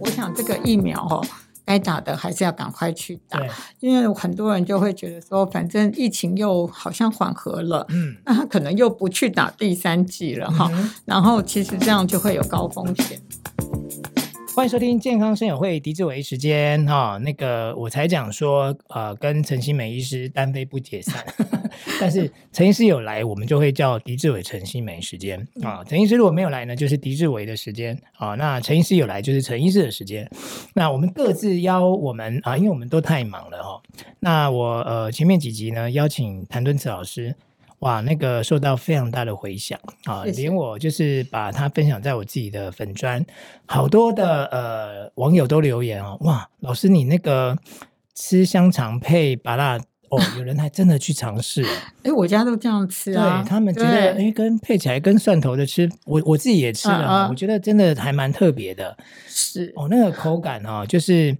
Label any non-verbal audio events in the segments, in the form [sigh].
我想这个疫苗哦，该打的还是要赶快去打，对，因为很多人就会觉得说，反正疫情又好像缓和了，嗯，那他可能又不去打第三剂了哈。嗯然后其实这样就会有高风险。欢迎收听健康生友会狄志伟时间哈、那个我才讲说，呃，跟陈新美医师单飞不解散，但是陈医师有来，我们就会叫狄志伟陈新美时间嗯啊。陈医师如果没有来呢，就是狄志伟的时间啊。那陈医师有来，就是陈医师的时间。那我们各自邀我们啊，因为我们都太忙了哦。那我呃前面几集呢，邀请谭敦慈老师。哇，那个受到非常大的回响啊！谢谢连我就是把它分享在我自己的粉砖，好多的呃网友都留言哦，哇，老师你那个吃香肠配麻辣哦，有人还真的去尝试了，哦哎，我家都这样吃啊，对他们觉得对哎跟配起来跟蒜头的吃，我我自己也吃了嗯哦，嗯我觉得真的还蛮特别的是哦，那个口感哦，就是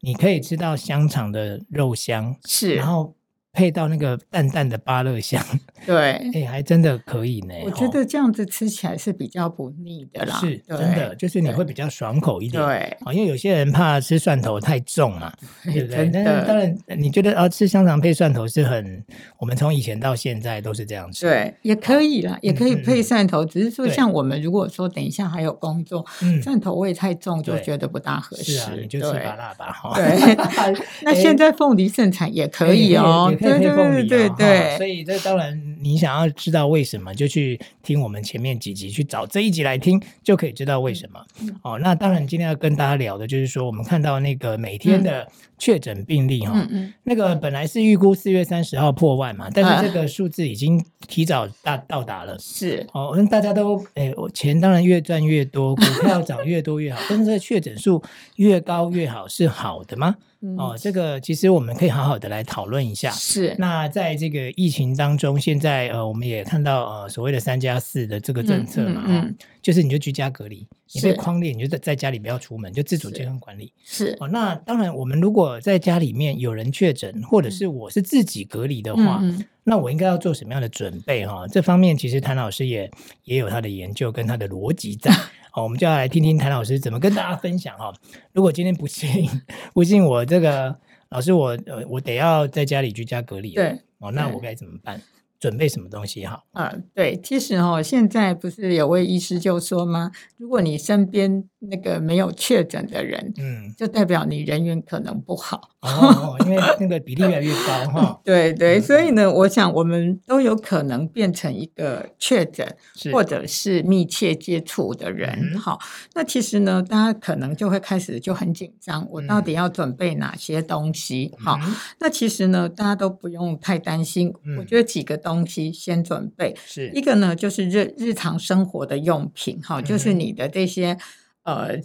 你可以吃到香肠的肉香，是然，后配到那个淡淡的芭乐香，对，哎，还真的可以呢，我觉哦得这样子吃起来是比较不腻的啦，是对真的，就是你会比较爽口一点。对啊，因为有些人怕吃蒜头太重 [laughs] 嘛，对不对？真但的是当然，你觉得啊，吃香肠配蒜头是很，我们从以前到现在都是这样吃。，对，也可以啦，也可以嗯嗯配蒜头，只是说对像我们如果说等一下还有工作，嗯，蒜头味太重就对觉得不大合是适，啊，你就吃麻对。辣 [laughs] 吧，哈。，对 [laughs] 那现在凤梨盛产也可以哦哎也，哎对可以配对凤梨对哦对哈所对，以这当然，你想要知道为什么，就去听我们前面几集，去找这一集来听，就可以知嗯道为什么。哦，那当然，今天要跟大家聊的就是说，我们看到那个每天的确诊病例哦哈、嗯嗯，那个本来是预估四月三十号破万嘛，啊但是这个数字已经提早大到达了。是哦，那大家都诶，我钱当然越赚越多，股 [laughs] 票涨越多越好，但是这个确诊数越高越好是好的吗？嗯哦，这个其实我们可以好好的来讨论一下。是，那在这个疫情当中，现在呃，我们也看到呃所谓的三加四的这个政策嘛，嗯嗯哦嗯就是你就居家隔离，你被是框列，你就在在家里不要出门，就自主是健康管理。是哦，那当然，我们如果在家里面有人确诊，或者是我是自己隔离的话，嗯嗯那我应该要做什么样的准备哈、这方面其实谭老师也也有他的研究跟他的逻辑在。哦，我们就要来听听谭老师怎么跟大家分享哈、如果今天不幸不幸我这个老师我呃我得要在家里居家隔离，对，哦，那对我该怎么办？准备什么东西好？啊，对，其实哦，现在不是有位医师就说吗？如果你身边那个没有确诊的人，嗯，就代表你人缘可能不好。哦，因为那个比例越来越高哈、对对，嗯所以呢，我想我们都有可能变成一个确诊是或者是密切接触的嗯人。好、那其实呢，大家可能就会开始就很紧张，我到底要准备哪些东西？好、嗯那其实呢，大家都不用太担心。我嗯觉得几个东西先准备，是一个呢就是日日常生活的用品哈，就是嗯哼你的这些呃。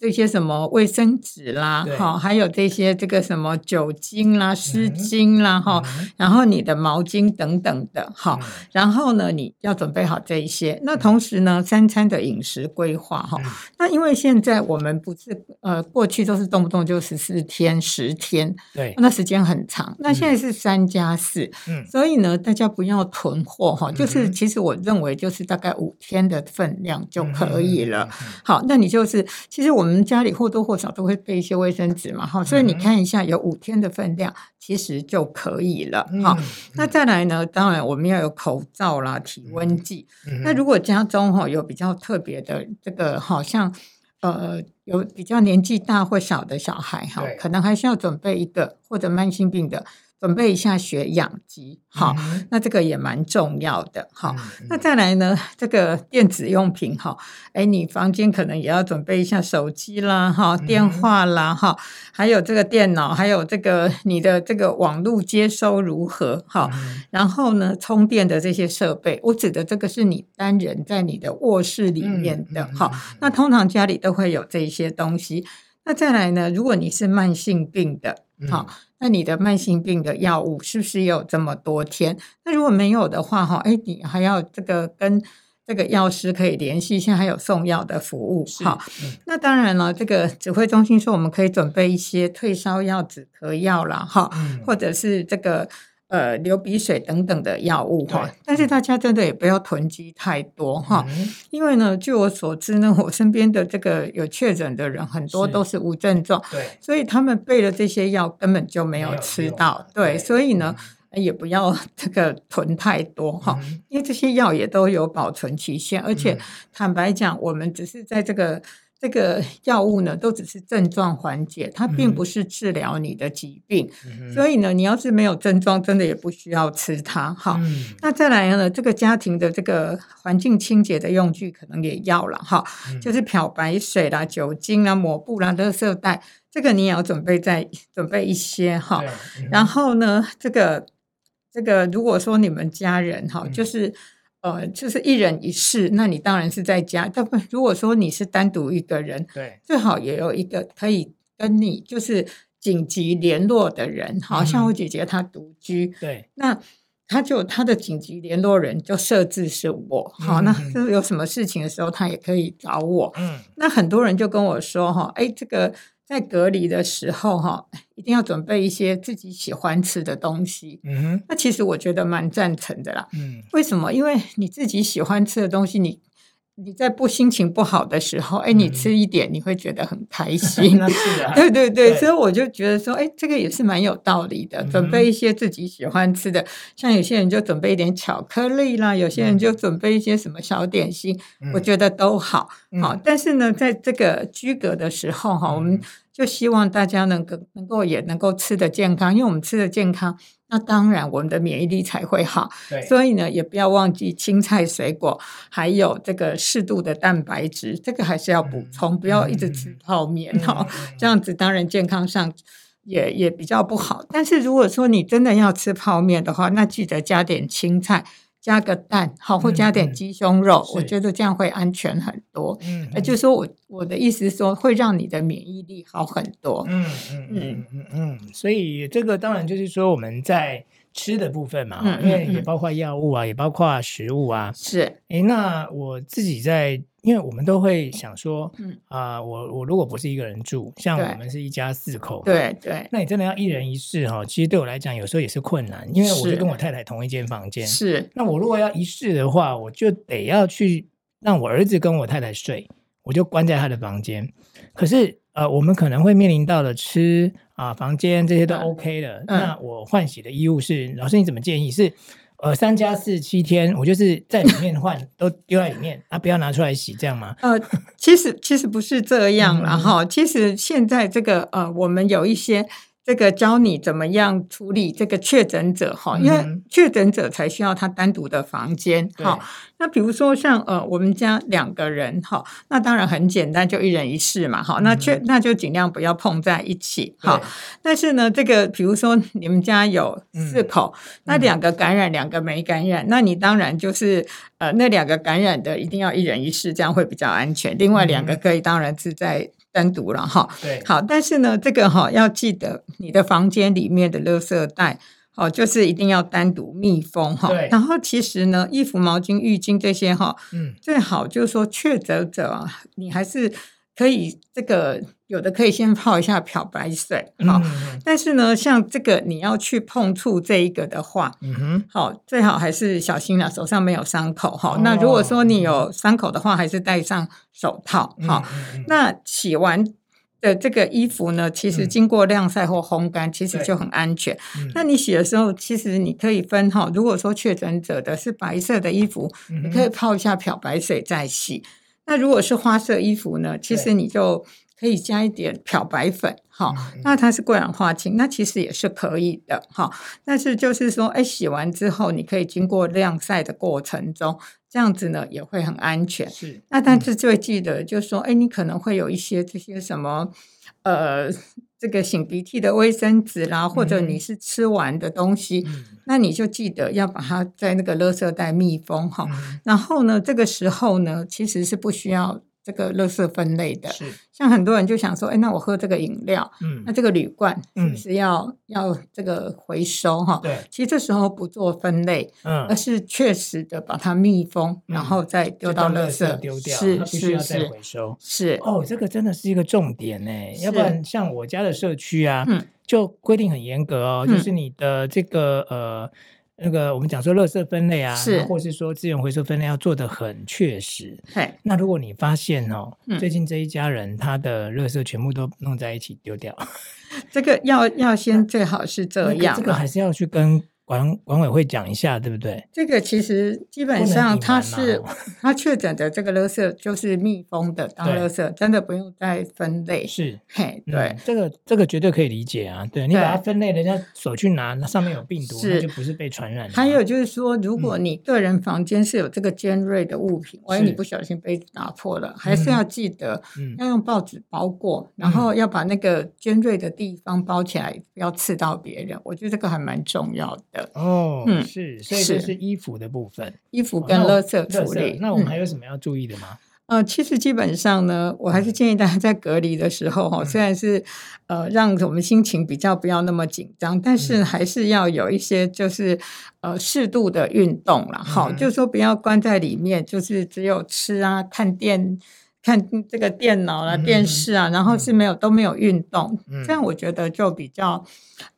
这些什么卫生纸啦对，哈，还有这些这个什么酒精啦、湿嗯巾啦，哈、嗯然后你的毛巾等等的，哈、嗯然后呢，你要准备好这一些。那同时呢，三餐的饮食规划哈、嗯那因为现在我们不是呃，过去都是动不动就十四天、十天，对，那时间很长。那现在是三加四，嗯所以呢，大家不要囤货哈，就嗯是哼其实我认为就是大概五天的分量就可以了。。嗯嗯好，那你就是其实我们家里或多或少都会备一些卫生纸嘛哈，所以你嗯哼看一下有五天的分量，其实就可以了嗯哈。嗯那再来呢，当然我们要有口罩啦、体温计。嗯那如果家中哈、有比较特别的这个，好像呃有比较年纪大或小的小孩哈对，可能还是要准备一个或者慢性病的，准备一下血氧机哈。嗯那这个也蛮重要的哈。嗯那再来呢，这个电子用品哈，哎，你房间可能也要准备一下手机啦哈，嗯哼电话啦哈，还有这个电脑，还有这个你的这个网络接收如何哈。嗯然后呢，充电的这些设备，我指的这个是你单人在你的卧室里面的嗯嗯哈、嗯那通常家里都会有这一些东西。那再来呢，如果你是慢性病的，嗯好、那你的慢性病的药物是不是也有这么多天？那如果没有的话，哈，哎，你还要这个跟这个药师可以联系一下，还有送药的服务，好。嗯那当然了，这个指挥中心说我们可以准备一些退烧药、止咳药啦，哈、嗯或者是这个呃流鼻水等等的药物哈对。但是大家真的也不要囤积太多哈，嗯因为呢，据我所知呢，我身边的这个有确诊的人很多是都是无症状，对，所以他们备了这些药根本就没有吃用到，对，所以呢。，也不要 [laughs] 这个囤太多哈，嗯因为这些药也都有保存期限，而且嗯坦白讲，我们只是在这个这个药物呢，都只是症状缓解，它并嗯不是治疗你的疾病。嗯所以呢，你要是没有症状，真的也不需要吃它哈。嗯那再来呢，这个家庭的这个环境清洁的用具可能也要了哈，嗯就是漂白水啦、酒精啦、抹布啦、垃圾袋，这个你也要准备在准备一些哈。对嗯然后呢，这个这个，如果说你们家人哈，嗯就是呃，就是一人一室，那你当然是在家。但不，如果说你是单独一个人，对最好也有一个可以跟你就是紧急联络的人。好像嗯我姐姐她独居，对那。她就她的紧急联络人就设置是我，好，那嗯嗯嗯就是有什么事情的时候，她也可以找我。嗯那很多人就跟我说哈，哎，这个在隔离的时候哈，一定要准备一些自己喜欢吃的东西。嗯哼那其实我觉得蛮赞成的啦。嗯为什么？因为你自己喜欢吃的东西，你你在不心情不好的时候，哎，你嗯吃一点，你会觉得很 [laughs] 开心。那是的，对对对，对所以我就觉得说，哎，这个也是蛮有道理的。嗯准备一些自己喜欢吃的，像有些人就准备一点巧克力啦，有些人就准备一些什么小点心，我觉得都好。嗯好，但是呢，在这个居隔的时候哈，我们嗯就希望大家能够能够也能够吃的健康，因为我们吃的健康，那当然我们的免疫力才会好。对所以呢，也不要忘记青菜、水果，还有这个适度的蛋白质，这个还是要嗯补充，不要一直吃泡面哈、这样子当然健康上也也比较不好。但是如果说你真的要吃泡面的话，那记得加点青菜，加个蛋，好，或加嗯点嗯鸡胸肉，我是觉得这样会安全很多。嗯呃，就是说我我的意思是说，会让你的免疫力好很多。嗯嗯嗯嗯嗯，嗯，所以这个当然就是说我们在吃的部分嘛，嗯因为嗯也嗯包括药物啊，也包括食物啊。是，诶，那我自己在，因为我们都会想说，嗯，啊、我我如果不是一个人住，像对我们是一家四口，，对对，那你真的要一人一室哈、其实对我来讲有时候也是困难，因为我就是跟我太太同一间房间，是那我如果要一室的话，我就得要去让我儿子跟我太太睡，我就关在他的房间。可是呃，我们可能会面临到的吃啊、房间这些都嗯 OK 的。嗯那我换洗的衣物是，老师你怎么建议？是呃三加四七天，我就是在里面换，都丢在里面啊，不要拿出来洗，这样吗？呃，其实其实不是这样啦嗯哈、其实现在这个呃，我们有一些这个教你怎么样处理这个确诊者哈，因为嗯确诊者才需要他单独的房间对哈。那比如说像呃，我们家两个人哈，那当然很简单，就一人一室嘛哈。那嗯确、那就尽量不要碰在一起哈。但是呢，这个比如说你们家有四口，那两个感染，两个没感染，那你当然就是呃，那两个感染的一定要一人一室，这样会比较安全。另外两个可以当然是在单独了哈。对对，好，但是呢，这个哈、要记得你的房间里面的垃圾袋。哦，就是一定要单独密封哈对。然后其实呢，衣服、毛巾、浴巾这些哈、嗯最好就是说确诊者啊，你还是可以这个有的可以先泡一下漂白水，好、嗯嗯但是呢，像这个你要去碰触这一个的话，嗯哼，好、最好还是小心啦，手上没有伤口哈、哦那如果说你有伤口的话，还是戴上手套哈、嗯，嗯嗯那洗完的这个衣服呢，其实嗯经过晾晒或烘干，其实对就很安全。嗯那你洗的时候，其实你可以分哈、如果说确诊者的是白色的衣服，嗯你哼可以泡一下漂白水再洗。那如果是花色衣服呢，其实对你就可以加一点漂白粉哈嗯嗯。那它是过氧化氢，那其实也是可以的哈。但是就是说，哎，洗完之后你可以经过晾晒的过程中，这样子呢也会很安全。嗯是那但是最记得就是说，哎，你可能会有一些这些什么，呃，这个擤鼻涕的卫生纸啦，或者嗯你是吃完的东西，嗯那你就记得要把它在那个垃圾袋密封哈。嗯然后呢，这个时候呢，其实是不需要这个垃圾分类的。是，像很多人就想说，哎，那我喝这个饮料，嗯那，这个铝罐是嗯不是要、要这个回收哈？对，其实这时候不做分类，而嗯，是确实的把它密封，嗯然后再丢到垃垃圾，丢掉，它是必须是要再是回收。是，哦，这个真的是一个重点呢，要不是然像我家的社区啊，嗯就规定很严格哦，嗯就是你的这个呃。那个我们讲说垃圾分类啊，是或是说资源回收分类要做得很确实。嘿，那如果你发现哦，嗯最近这一家人他的垃圾全部都弄在一起丢掉，这个要要先最好是这那个样这个啊还是要去跟管管委会讲一下，对不对？这个其实基本不能上隐它瞒啊是嘛哦它确诊的这个垃圾就是密封的当对垃圾，真的不用再分类。 [laughs] 是，嘿，嗯对，这个这个绝对可以理解啊。对你对把它分类，人家手去拿，那上面有病毒，是那就不是被传染的啊。还有就是说，如果你个人房间是有这个尖锐的物品，万一嗯是你不小心被打破了，还是要记得嗯要用报纸包裹，然后要把那个尖锐的地方包起来，不要刺到别人。我觉得这个还蛮重要的，哦，嗯是，所以这是是衣服的部分，衣服哦跟那我垃圾垃处理圾。。那我嗯们还有什么要注意的吗？呃，其实基本上呢，我嗯还是建议大家在隔离的时候哈，虽然是呃让我们心情比较不要那么紧张，但嗯是还是要有一些就是呃适度的运动啦。好、嗯哼就是说不要关在里面，就是只有吃啊、看电、看这个电脑啦、嗯哼电视啊，然后是没有都没有运动，嗯这样我觉得就比较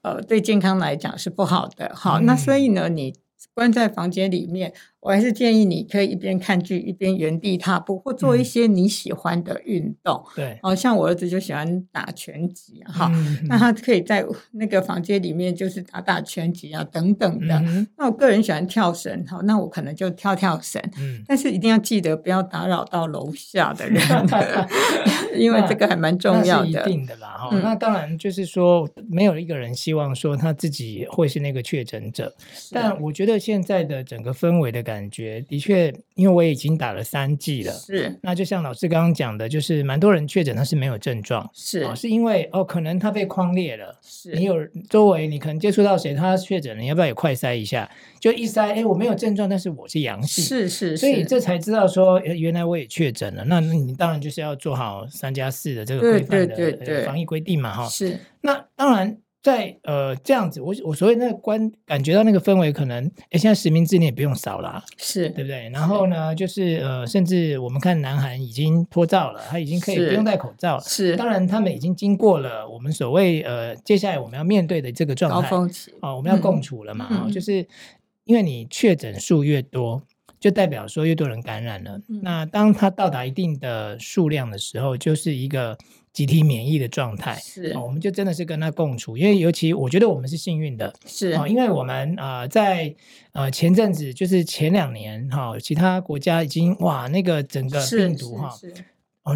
呃对健康来讲是不好的。好，嗯那所以呢，你关在房间里面。我还是建议你可以一边看剧一边原地踏步，或做一嗯些你喜欢的运动。对，哦，像我儿子就喜欢打拳击啊哈，嗯， [laughs] 那他可以在那个房间里面就是打打拳击啊等等的。嗯哼那我个人喜欢跳绳，好，那我可能就跳跳绳。嗯，但是一定要记得不要打扰到楼下的 [laughs] 人，因为这个还蛮 [laughs] 重那要是一的。定的啦，哈、嗯那当然就是说，没有一个人希望说他自己会是那个确诊者。但我觉得现在的整个氛围的感觉，的确，因为我已经打了三剂了。是那就像老师刚刚讲的，就是蛮多人确诊他是没有症状，是哦，是因为哦，可能他被框列了，是，你有周围你可能接触到谁，他确诊了，你要不要也快筛一下？就一筛，哎，我没有症状，但是我是阳性，是是，所以是这才知道说，呃原来我也确诊了。那那你当然就是要做好三加四的这个对规范的对对呃对防疫规定嘛，哈。是那当然在呃这样子，我我所谓那个观感觉到那个氛围，可能哎现在实名制你也不用扫啦，对是不对？然后呢，就是呃，甚至我们看南韩已经脱罩了，他已经可以是不用戴口罩了。是当然，他们已经经过了我们所谓呃，接下来我们要面对的这个状高态，峰期，哦，我们要嗯共处了嘛，嗯哦，嗯就是因为你确诊数越多，就代表说越多人感染了。嗯那当它到达一定的数量的时候，就是一个集体免疫的状态。是哦我们就真的是跟它共处，因为尤其我觉得我们是幸运的，是哦，因为我们呃在呃前阵子就是前两年哈、哦其他国家已经哇那个整个是病毒哈哦是是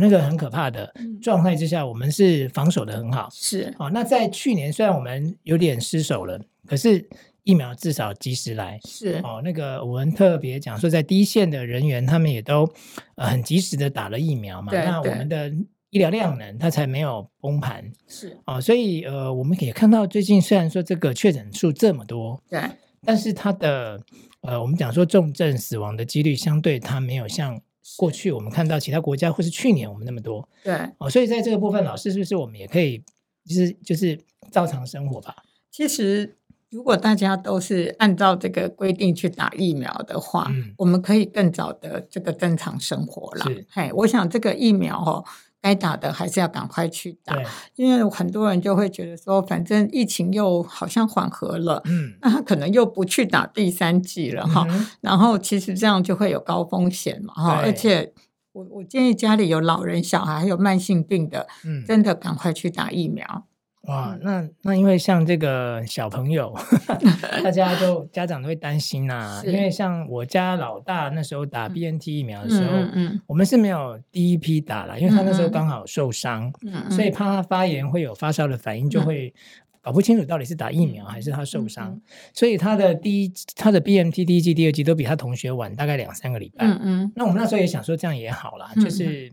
那个很可怕的嗯状态之下，我们是防守的很好，是好、那在去年虽然我们有点失手了，可是疫苗至少及时来。是哦，那个我们特别讲说，在第一线的人员，他们也都呃很及时的打了疫苗嘛，对那我对们的医疗量能它才没有崩盘是，哦，所以呃，我们也看到最近虽然说这个确诊数这么多，对但是它的呃，我们讲说重症死亡的几率相对它没有像过去我们看到其他国家或是去年我们那么多，对。哦，所以在这个部分，老师是不是我们也可以，就是就是照常生活吧？其实如果大家都是按照这个规定去打疫苗的话，嗯我们可以更早的这个正常生活啦是。嘿，我想这个疫苗哦。该打的还是要赶快去打，对，因为很多人就会觉得说，反正疫情又好像缓和了，嗯，那他可能又不去打第三剂了哈。嗯哼 [laughs] 然后其实这样就会有高风险嘛哈，对而且我我建议家里有老人、小孩还有慢性病的，嗯，真嗯的赶快去打疫苗。哇，那那因为像这个小 [laughs] 朋友，大家都家长都会担心呐、是因为像我家老大那时候打 BNT 疫苗的时候，嗯嗯我们是没有第一批打了，因为他那时候嗯嗯刚好受伤，嗯嗯，所以怕他发炎会有发烧的反应，就嗯会搞不清楚到底是打疫苗还是他受伤，嗯嗯所以他的第一他的 BMT 第一季、第二季都比他同学晚大概两三个礼拜。嗯嗯那我们那时候也想说这样也好啦，嗯就是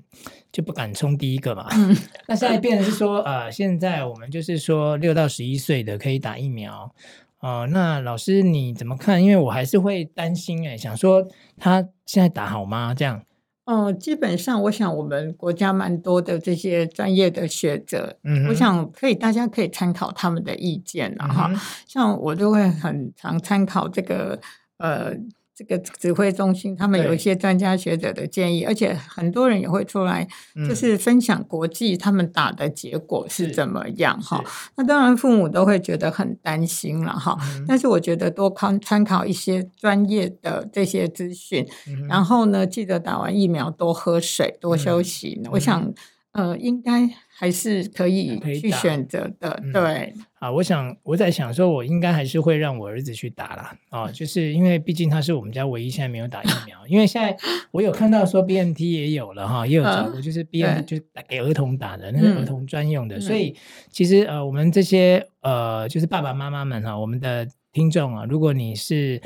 就不敢冲第一个嘛。嗯那现在变成是说，呃，现在我们就是说六到十一岁的可以打疫苗。哦，那老师欸你怎么看？因为我还是会担心哎、想说他现在打好吗？这样嗯，基本上我想我们国家蛮多的这些专业的学者，嗯哼我想可以大家可以参考他们的意见了哈。嗯哼像我就会很常参考这个呃这个指挥中心，他们有对一些专家学者的建议，而且很多人也会出来嗯就是分享国际他们打的结果是是怎么样哈是。那当然父母都会觉得很担心了哈。嗯但是我觉得多参参考一些专业的这些资讯，嗯哼 [laughs] 然后呢，记得打完疫苗多喝水、多休息。我想，呃，应该还是可以嗯可以去打选择的。嗯对，啊，我想我在想说，我应该还是会让我儿子去打啦。啊，就是因为毕竟他是我们家唯一现在没有打疫苗，因为现在我有看到说 BNT 也有了哈，也有找过，就是 BNT 就是打给儿童打的，那是嗯儿童专用的，嗯所以其实呃，我们这些呃，就是爸爸妈妈们哈、我们的听众啊，如果你是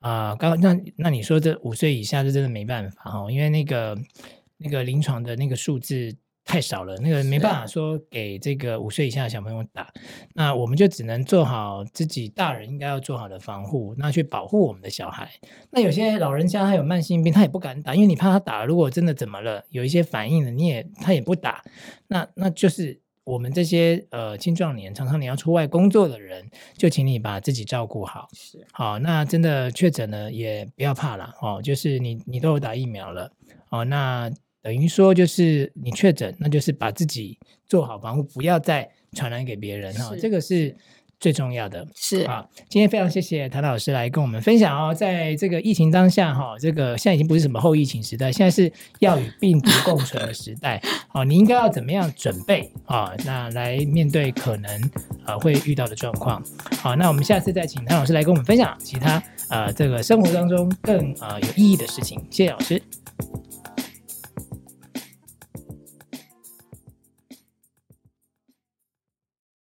啊，刚那那你说这五岁以下是真的没办法哦，因为那个那个临床的那个数字太少了，那个没办法说给这个五岁以下的小朋友打，那我们就只能做好自己大人应该要做好的防护，那去保护我们的小孩。那有些老人家他有慢性病，他也不敢打，因为你怕他打了，如果真的怎么了，有一些反应了，你也他也不打，那那就是。我们这些呃青壮年，常常你要出外工作的人，就请你把自己照顾好。是好，那真的确诊了也不要怕啦，哦，就是你你都有打疫苗了，哦，那等于说就是你确诊，那就是把自己做好防护，不要再传染给别人哈、哦，是这个是最重要的。是，啊，今天非常谢谢谭老师来跟我们分享哦，在这个疫情当下哈、这个现在已经不是什么后疫情时代，现在是要与病毒共存的时代。 [laughs] 哦，你应该要怎么样准备啊、那来面对可能呃会遇到的状况。好、那我们下次再请谭老师来跟我们分享其他呃这个生活当中更呃有意义的事情。谢谢老师。